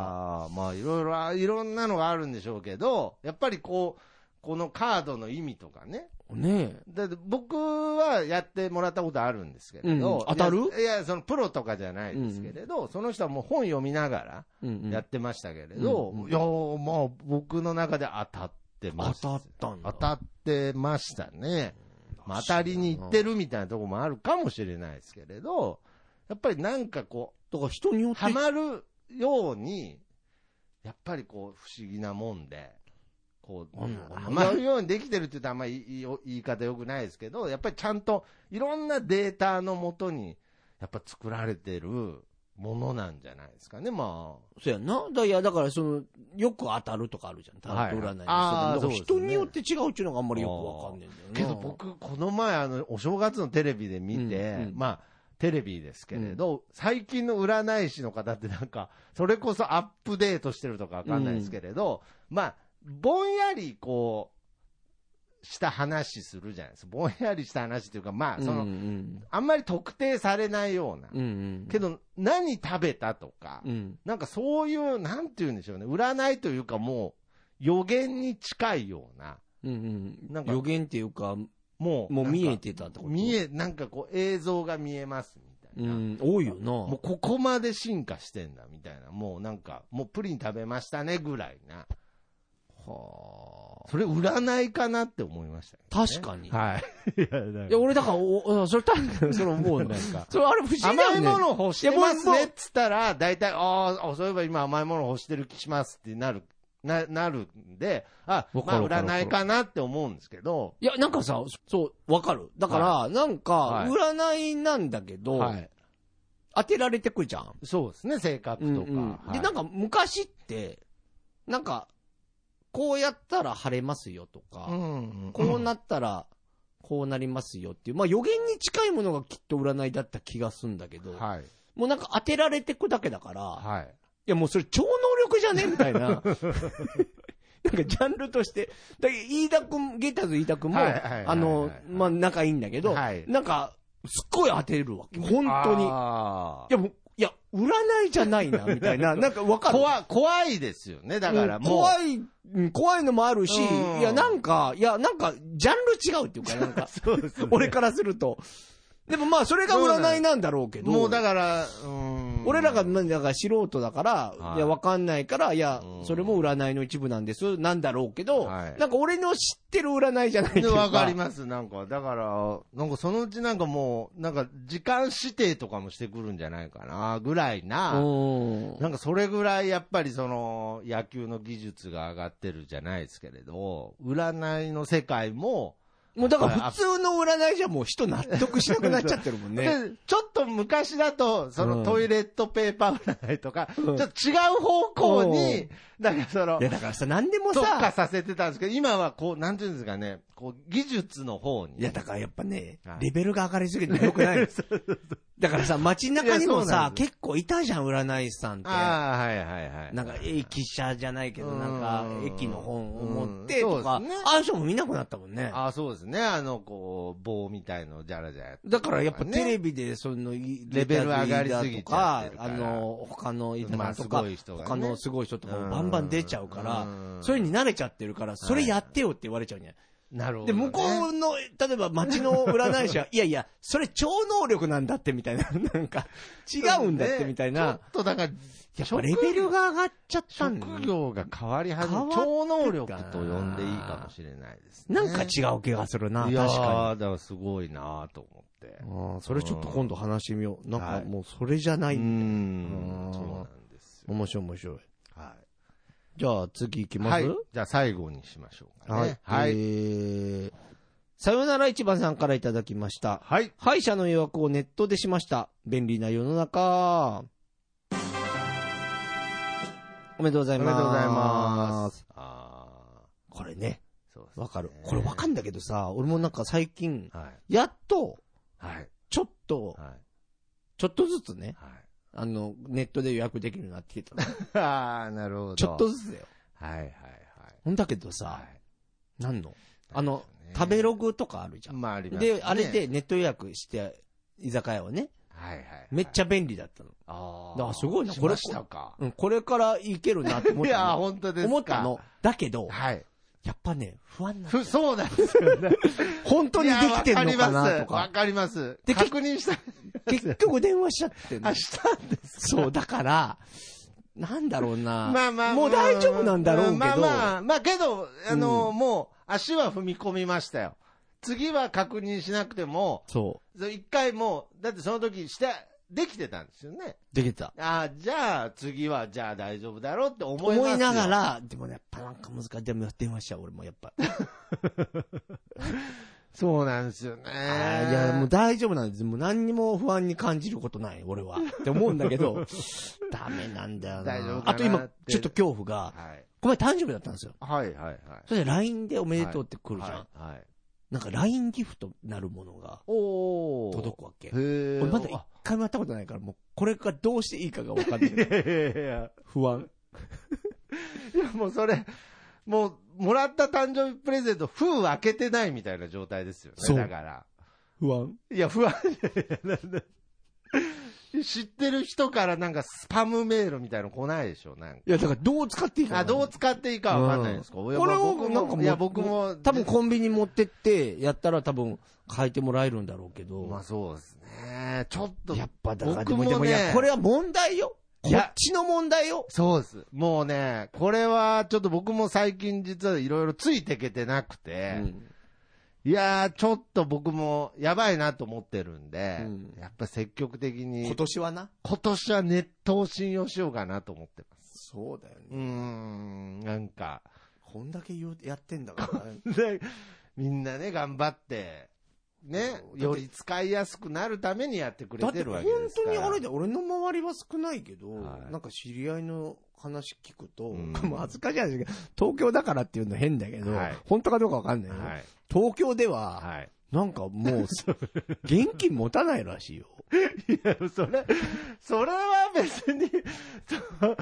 Speaker 2: あ、まあいろいろあ、いろんなのがあるんでしょうけど、やっぱりこう、このカードの意味とかね。
Speaker 1: ねえ。
Speaker 2: だって僕はやってもらったことあるんですけれ
Speaker 1: うん
Speaker 2: ど。
Speaker 1: 当たる
Speaker 2: いや、いやそのプロとかじゃないですけれど、その人はもう本読みなが
Speaker 1: うんうん
Speaker 2: らやってましたけれど、
Speaker 1: うんうん
Speaker 2: いや、まあ僕の中で当たってま
Speaker 1: 当
Speaker 2: した
Speaker 1: ったんだ。
Speaker 2: 当たってましたね。まあ当たりに行って
Speaker 1: る。
Speaker 2: るみたいなとこもあるかもしれないですけれど、やっぱりなんかこう、
Speaker 1: だから人によって
Speaker 2: はまるように、やっぱりこう、不思議なもんで、こう、
Speaker 1: なんだろうな
Speaker 2: はまるようにできてるって言うとあんまりいいよ言い方良くないですけど、やっぱりちゃんといろんなデータのもとに、やっぱ作られてるものなんじゃないですかね、ま
Speaker 1: そうやな。だいや、だからその、よく当たるとかあるじゃん。タロット占いにしても
Speaker 2: あー
Speaker 1: だから
Speaker 2: そうですね
Speaker 1: 人によって違うっていうのがあんまりよくわかんないんだよ
Speaker 2: あ。
Speaker 1: な
Speaker 2: けど、僕、この前、あの、お正月のテレビで見て、
Speaker 1: うんうん
Speaker 2: まあ、テレビですけれど、最近の占い師の方ってなんか、それこそアップデートしてるとかわかんないですけれど、まあ、ぼんやりこう、した話するじゃないですか。ぼんやりした話というか、まあ、その、
Speaker 1: うんうん。
Speaker 2: あんまり特定されないような。
Speaker 1: うんうん。
Speaker 2: けど、何食べたとか、
Speaker 1: うん。
Speaker 2: なんかそういう、なんて言うんでしょうね、占いというかもう、予言に近いような、
Speaker 1: うんうん。
Speaker 2: な
Speaker 1: なんん
Speaker 2: か
Speaker 1: か予言っていうか、も
Speaker 2: もう、
Speaker 1: う見
Speaker 2: なん
Speaker 1: え
Speaker 2: か
Speaker 1: てたってこと
Speaker 2: 見え、なんかこう映像が見えますみ
Speaker 1: う
Speaker 2: たいな。
Speaker 1: ん、多いよ
Speaker 2: もう
Speaker 1: な。
Speaker 2: ここまで進化してんだみたいな。もうなんか、もうプリン食べましたねぐらいな。
Speaker 1: はあ。
Speaker 2: それ占いかなって思いました、ね。
Speaker 1: 確か [LAUGHS] に。い
Speaker 2: はい。いや、なんか
Speaker 1: や、俺だから、お、それ確か [LAUGHS] に、それ思うね。
Speaker 2: なんか
Speaker 1: [LAUGHS] それあれ不思議だよ
Speaker 2: 甘
Speaker 1: ね。
Speaker 2: いもの欲してま
Speaker 1: い
Speaker 2: す
Speaker 1: や
Speaker 2: ね
Speaker 1: も
Speaker 2: っ
Speaker 1: う
Speaker 2: つったら、大体、ああ、そういえば今甘いもの欲してる気しますってなる、な、なるんで、あ、ま
Speaker 1: わか
Speaker 2: あ
Speaker 1: るわかる
Speaker 2: 占いかなって思うんですけど、
Speaker 1: いや、なんかさ、そう、わかる。だから、なんか
Speaker 2: は、い
Speaker 1: 占いなんだけど、
Speaker 2: はい。
Speaker 1: 当てられてくじゃん。
Speaker 2: そうですね、性格とか。
Speaker 1: うんうん
Speaker 2: はい
Speaker 1: で、なんか昔って、なんか、こうやったら晴れますよとか、
Speaker 2: ん
Speaker 1: こうなったら、こうなりますよっていう、まあ予言に近いものがきっと占いだった気がするんだけど、
Speaker 2: はい。
Speaker 1: もうなんか当てられてくだけだから、
Speaker 2: はい。
Speaker 1: いやもうそれ超能力じゃねみたいな。 [LAUGHS] なんかジャンルとして、だけど飯田君、ゲーターズ飯田君も、
Speaker 2: はいはいはいはい
Speaker 1: あの、まあ仲いいんだけど、
Speaker 2: はい
Speaker 1: なんか、すっごい当てるわけ。本当に。い
Speaker 2: あー
Speaker 1: やもう、いや、占いじゃないな、みた
Speaker 2: [LAUGHS]
Speaker 1: いな。なんかわかる。
Speaker 2: 怖い、怖いですよね。だから
Speaker 1: うん
Speaker 2: もう。
Speaker 1: 怖い、うん怖いのもあるし、
Speaker 2: うん
Speaker 1: いや、なんか、いや、なんか、ジャンル違うっていうか、なんか、
Speaker 2: そうですね
Speaker 1: [LAUGHS] 俺からすると。でもまあ、それが占いなんだろうけど、
Speaker 2: もうだから、うん
Speaker 1: 俺らが、まあだから素人だから、
Speaker 2: はい
Speaker 1: いや、わかんないから、いや
Speaker 2: う、ん
Speaker 1: それも占いの一部なんです、なんだろうけど、
Speaker 2: はい
Speaker 1: なんか俺の知ってる占いじゃないってい
Speaker 2: で
Speaker 1: うか。
Speaker 2: わかります、なんか。だから、なんかそのうちなんかもう、なんか時間指定とかもしてくるんじゃないかな、ぐらいな。
Speaker 1: うん
Speaker 2: なんかそれぐらいやっぱりその野球の技術が上がってるじゃないですけれど、占いの世界も、
Speaker 1: もうだから普通の占いじゃもう人納得しなくなっちゃってるもん
Speaker 2: [LAUGHS]
Speaker 1: ね。
Speaker 2: でちょっと昔だと、そ
Speaker 1: うん
Speaker 2: のトイレットペーパー占いとか、
Speaker 1: うん
Speaker 2: ちょっと違う方向
Speaker 1: う
Speaker 2: に、なんかその
Speaker 1: いや、、だからさ、何でも
Speaker 2: 特化
Speaker 1: さ、
Speaker 2: させてたんですけど、今はこう、なんていうんですかね、こう、技術の方に。
Speaker 1: いや、だからやっぱね
Speaker 2: は、い
Speaker 1: レベルが上がりすぎて良く
Speaker 2: [LAUGHS]
Speaker 1: ない。だからさ、街中にも
Speaker 2: いやそうな
Speaker 1: さ
Speaker 2: ん、です
Speaker 1: 結構いたじゃん、占い師さんって。
Speaker 2: ああ、はいはいはい。
Speaker 1: なんか、駅舎じゃないけど、
Speaker 2: うん
Speaker 1: なんか、駅の本を持って
Speaker 2: うん
Speaker 1: とか、
Speaker 2: そうですね
Speaker 1: ああいう人も見なくなったもんね。
Speaker 2: ああ、そうですね。あの、こう、棒みたいの、じゃらじゃらやって
Speaker 1: だからやっぱ
Speaker 2: ね
Speaker 1: テレビで、その、い
Speaker 2: レベル上がりすぎちゃって
Speaker 1: リーダーと
Speaker 2: る
Speaker 1: か、
Speaker 2: か
Speaker 1: あ
Speaker 2: ら
Speaker 1: の、他のイ
Speaker 2: ま
Speaker 1: タ
Speaker 2: あ
Speaker 1: と
Speaker 2: す
Speaker 1: か
Speaker 2: ごい人、がね
Speaker 1: 他のすごい人とかもバンバン出ちゃうから
Speaker 2: う、ん
Speaker 1: そういうのに慣れちゃってるから、それやってよって言われちゃうんじゃない
Speaker 2: なるほ
Speaker 1: で、向こうの、例えば街の占い
Speaker 2: [LAUGHS]
Speaker 1: 師は、いやいや、それ超能力なんだってみたいな、 [LAUGHS] なんか、違うんだってみたいな
Speaker 2: ね、ちょっとだから、
Speaker 1: やっぱレベルが上がっちゃったんだ
Speaker 2: 職業が変わり始
Speaker 1: 変
Speaker 2: め
Speaker 1: わってたな
Speaker 2: 超能力と呼んでいいかもしれないですね。
Speaker 1: なんか違う気がするな、
Speaker 2: い
Speaker 1: 確
Speaker 2: や
Speaker 1: か
Speaker 2: ー、だからすごいなーと思って。
Speaker 1: に。それちょっと今度話してみよう。なん
Speaker 2: は
Speaker 1: か
Speaker 2: い
Speaker 1: もうそれじゃな
Speaker 2: う
Speaker 1: い。
Speaker 2: ん
Speaker 1: うん。
Speaker 2: そうなんですよ。
Speaker 1: 面白い面白い。
Speaker 2: は
Speaker 1: じゃあ次行き
Speaker 2: い。
Speaker 1: ま
Speaker 2: はい
Speaker 1: す。
Speaker 2: じゃあ最後にしましょうか
Speaker 1: は
Speaker 2: ね
Speaker 1: い。。
Speaker 2: は
Speaker 1: え
Speaker 2: い。
Speaker 1: ーさよなら一番さんからいただきました。
Speaker 2: はい。
Speaker 1: 歯医者の予約をネットでしました。便利な世の中。おめでとうござ
Speaker 2: あ
Speaker 1: い
Speaker 2: り
Speaker 1: ます。
Speaker 2: がとうございます。。あ
Speaker 1: これね、
Speaker 2: ーそうですね
Speaker 1: わかる。これわかんだけどさ、俺もなんか最近、
Speaker 2: はい。
Speaker 1: やっと、
Speaker 2: はい。
Speaker 1: ちょっと、
Speaker 2: はい。
Speaker 1: ちょっとずつね、
Speaker 2: はい。
Speaker 1: あの、ネットで予約できるようになってきた。
Speaker 2: ああ、なるほ
Speaker 1: [LAUGHS]
Speaker 2: ど。
Speaker 1: ちょっと。ずつだよ。
Speaker 2: はいはいはい。
Speaker 1: ほんだけど
Speaker 2: は
Speaker 1: さ、
Speaker 2: い
Speaker 1: なんのあの、
Speaker 2: ね
Speaker 1: 食べログとかあるじゃん。
Speaker 2: まあ、ありますね
Speaker 1: で、あれで、ネット予約して、居酒屋をね、
Speaker 2: はいはいはい。
Speaker 1: めっち
Speaker 2: ゃ、
Speaker 1: ゃ便利だったの。
Speaker 2: あ
Speaker 1: だからすごいな
Speaker 2: こ
Speaker 1: これ
Speaker 2: れ。しましたか。
Speaker 1: うん、これからいけるなって思っ
Speaker 2: い
Speaker 1: た
Speaker 2: や、
Speaker 1: の。
Speaker 2: 本当ですか。
Speaker 1: 思ったの。だけど、
Speaker 2: はい。
Speaker 1: やっぱね、不安なの。
Speaker 2: ふ、そうなんですよね。
Speaker 1: 本当にできてんのか
Speaker 2: いやわかり
Speaker 1: な
Speaker 2: ま
Speaker 1: と
Speaker 2: す。わ
Speaker 1: か。
Speaker 2: かります。
Speaker 1: で
Speaker 2: 確認した。
Speaker 1: 結局電話しちゃってんの
Speaker 2: あ、したんです。
Speaker 1: そう、だから、なんだろうな。
Speaker 2: まあまあ。
Speaker 1: もう大丈夫なんだろうけど。
Speaker 2: まあまあ、まあけど、あの、もう、足は踏み込みましたよ。次は確認しなくても、
Speaker 1: そ
Speaker 2: そう一回もう、だってその時して、できてたんですよね。
Speaker 1: う、できた。
Speaker 2: ああ、じゃあ、次は、じゃあ大丈夫だろうって思いますよ
Speaker 1: 思いなが。ら、でもね、やっぱなんか難しい。でも電話しちゃう、俺もやっぱ。
Speaker 2: そうなんですよね。
Speaker 1: あーいや、もう大丈夫なんです。もう何にも不安に感じることない、俺は。って思うんだけ
Speaker 2: [LAUGHS]
Speaker 1: ど、ダメなんだよな。
Speaker 2: 大丈夫かな
Speaker 1: あと今
Speaker 2: っ、て
Speaker 1: ちょっと恐怖が、
Speaker 2: はい。
Speaker 1: この前誕生日だったんですよ。
Speaker 2: はいはいはい。
Speaker 1: それで LINE でおめでとうって来るじゃん。
Speaker 2: はい。はい、
Speaker 1: なんか LINE ギフトなるものが
Speaker 2: おー。
Speaker 1: 届くわけ。
Speaker 2: へー。
Speaker 1: 俺まだ一回もやったことないから、もうこれがどうしていいかがわかんない。
Speaker 2: いやいやいや
Speaker 1: 不安。
Speaker 2: いや、もうそれ、もう、もらった誕生日プレゼント、封開けてないみたいな状態ですよね。
Speaker 1: そう
Speaker 2: だから。
Speaker 1: 不安。
Speaker 2: いや、不安。 [LAUGHS] いやいやなんだ知ってる人からなんかスパムメールみたいの来ないでしょ、なんか。
Speaker 1: いや、だからどう使っていいか
Speaker 2: あ、
Speaker 1: わかん
Speaker 2: ど
Speaker 1: な
Speaker 2: う
Speaker 1: い。
Speaker 2: 使っていいかわかんないですか、
Speaker 1: うん
Speaker 2: いや
Speaker 1: これを
Speaker 2: 僕も
Speaker 1: なんかもう
Speaker 2: いや、僕も、
Speaker 1: 多分コンビニ持ってって、やったら多分変えてもらえるんだろうけど。
Speaker 2: まあそうですね。ちょっと、
Speaker 1: やっぱだから、でも
Speaker 2: 僕もね
Speaker 1: でもいや、これは問題よ。こ
Speaker 2: いや
Speaker 1: っちの問題よ。
Speaker 2: そうです。もうね、これはちょっと僕も最近実はいろいろついてけてなく
Speaker 1: う
Speaker 2: て、
Speaker 1: ん
Speaker 2: いやー、ちょっと僕もやばいなと思ってるんで、
Speaker 1: うん
Speaker 2: やっぱ積極的に
Speaker 1: 今年はな。
Speaker 2: 今年はネットを信用しようかなと思ってます。
Speaker 1: そうだよ
Speaker 2: うー
Speaker 1: ね。
Speaker 2: ん、なんか、
Speaker 1: こんだけ言うやってんだから。
Speaker 2: でみんなね、頑張って、ね、より使いやすくなるためにやってく
Speaker 1: [LAUGHS]
Speaker 2: れ
Speaker 1: だってて
Speaker 2: る
Speaker 1: 本
Speaker 2: わけですか
Speaker 1: 当
Speaker 2: ら。
Speaker 1: にあれで、俺の周りは少ないけど、
Speaker 2: はい
Speaker 1: なんか知り合いの話聞くと、
Speaker 2: うん
Speaker 1: もう恥ずかしい話が、東京だからっていうの変だけど、
Speaker 2: はい
Speaker 1: 本当かどうかわかんないよ、
Speaker 2: はい。
Speaker 1: 東京では、
Speaker 2: はい。
Speaker 1: なんかもう、
Speaker 2: [LAUGHS]
Speaker 1: 現金持たないらしいよ。
Speaker 2: いや、それ、それは別に、と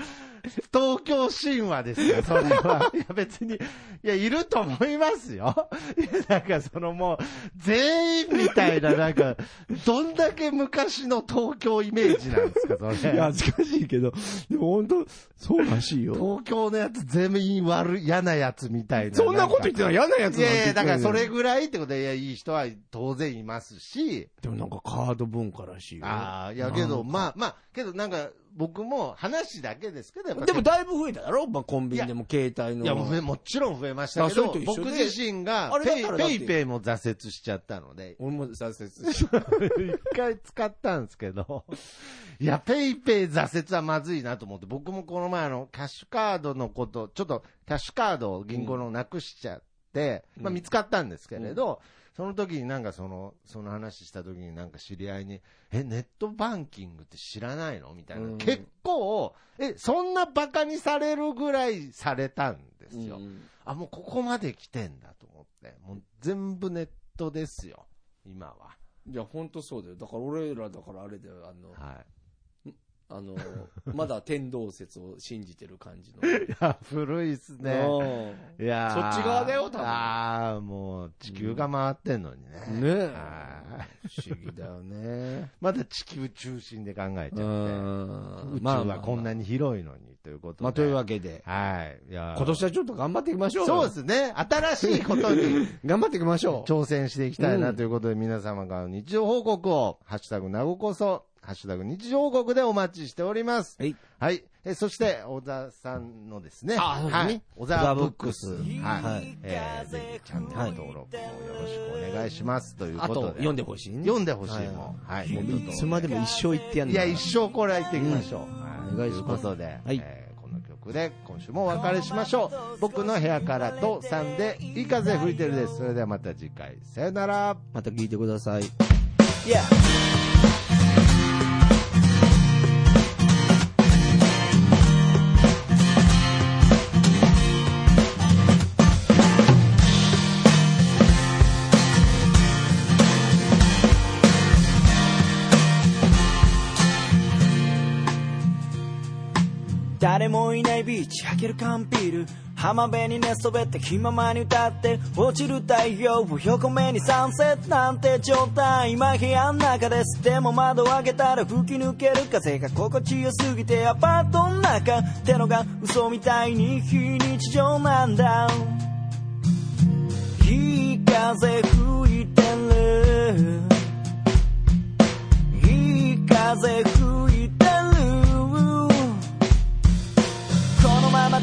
Speaker 2: 東京神話ですよ、それは。いや、別に、いや、いると思いますよ。いや、なんかそのもう、全員みたいな、なんか、どんだけ昔の東京イメージなんですか、それ。
Speaker 1: いや、恥ずかしいけど、でも本当、そうらしい
Speaker 2: [LAUGHS]
Speaker 1: よ。
Speaker 2: 東京のやつ全員悪い、嫌なやつみたいな。
Speaker 1: そんなこと言っ
Speaker 2: っ
Speaker 1: てたら嫌なやつなん
Speaker 2: い
Speaker 1: て
Speaker 2: やい
Speaker 1: 言
Speaker 2: や、
Speaker 1: って
Speaker 2: だ
Speaker 1: ない
Speaker 2: か
Speaker 1: よ
Speaker 2: らそれぐらいってことで、いや、いい人は当然いますし、
Speaker 1: でもなんかカード文化らしいよ。
Speaker 2: ああ、いや、けど、まあまあ、けどなんか、僕も話だけですけど、やっぱ
Speaker 1: でもだいぶ増えただろ、まあ、コンビニでも携帯の。
Speaker 2: いや、もう増えもちろん増えましたけ
Speaker 1: だ
Speaker 2: ど
Speaker 1: からそ、れと一緒
Speaker 2: 僕
Speaker 1: で
Speaker 2: 自身が
Speaker 1: あれだ
Speaker 2: ペ
Speaker 1: ったらだっ
Speaker 2: イ、ペ
Speaker 1: て、
Speaker 2: イペイも挫折しちゃったので
Speaker 1: 俺も挫折し
Speaker 2: 一回使ったんですけど、 [LAUGHS] いや、ペイペイ挫折はまずいなと思って、僕もこの前あの、キャッシュカードのこと、ちょっとキャッシュカードを銀行のなくしちゃって、
Speaker 1: うん
Speaker 2: まあ見つかったんですけれど、その時になんかその、その話した時になんか知り合いに、え、ネットバンキングって知らないのみたいな、
Speaker 1: うん
Speaker 2: 結構、え、そんなバカにされるぐらいされたんですよ。あ、もうここまで来てんだと思って。もう全部ネットですよ。今は。
Speaker 1: いや、本当そうだよ。だから俺らだからあれだよ、あの、
Speaker 2: は
Speaker 1: あの、まだ天動説を信じてる感じの。
Speaker 2: い。いや、古いっすね。
Speaker 1: う
Speaker 2: いやー
Speaker 1: そっち側だよ多分
Speaker 2: ああ、もう地球が回ってんのにね。
Speaker 1: んねえ
Speaker 2: はい。
Speaker 1: 不思議だよ [LAUGHS] ね。
Speaker 2: まだ地球中心で考えちゃって。宇
Speaker 1: ん
Speaker 2: 宙はこんな
Speaker 1: に。
Speaker 2: に広いのにということで。
Speaker 1: まあ、というわけで、
Speaker 2: はい。いやー
Speaker 1: 今年はちょっと頑張っていきましょうよ。
Speaker 2: そうですね。新しいことに
Speaker 1: 頑張っていきましょう。
Speaker 2: 挑戦していきたいうなんということで、皆様からの日常報告を、ハッシュタグなごこそ、ハッシュタグ日常報告でお待ちしております。
Speaker 1: はい。
Speaker 2: はい。え、そして、小沢さんのですね。
Speaker 1: あそうですね
Speaker 2: はい。小沢ブックス。
Speaker 1: 小沢ブックス
Speaker 2: はい。
Speaker 1: はい
Speaker 2: えーぜひチャンネル登録をよろしくお願いします。という
Speaker 1: あ、
Speaker 2: こととで。
Speaker 1: 読んでほしいね。
Speaker 2: 読んでほしいもん。はい。もうちょっと
Speaker 1: いつまでも一生言ってやん
Speaker 2: いや、一生これは言っていきましょう。はい
Speaker 1: お願いし
Speaker 2: という
Speaker 1: ま
Speaker 2: こ
Speaker 1: す
Speaker 2: とで、
Speaker 1: はい
Speaker 2: えーこの曲で今週もお別れしましょう。僕の部屋からとさんで、いい風吹いてるです。それではまた次回、さよなら。
Speaker 1: また聞いてください。
Speaker 3: 誰もいないビーチ開ける缶ビール浜辺に寝そべって気ままに歌って落ちる太陽を横目にサンセットなんて状態今部屋の中ですでも窓を開けたら吹き抜ける風が心地よすぎてアパートの中ってのが嘘みたいに非日常なんだいい風吹いてるいい風吹いてるこのまま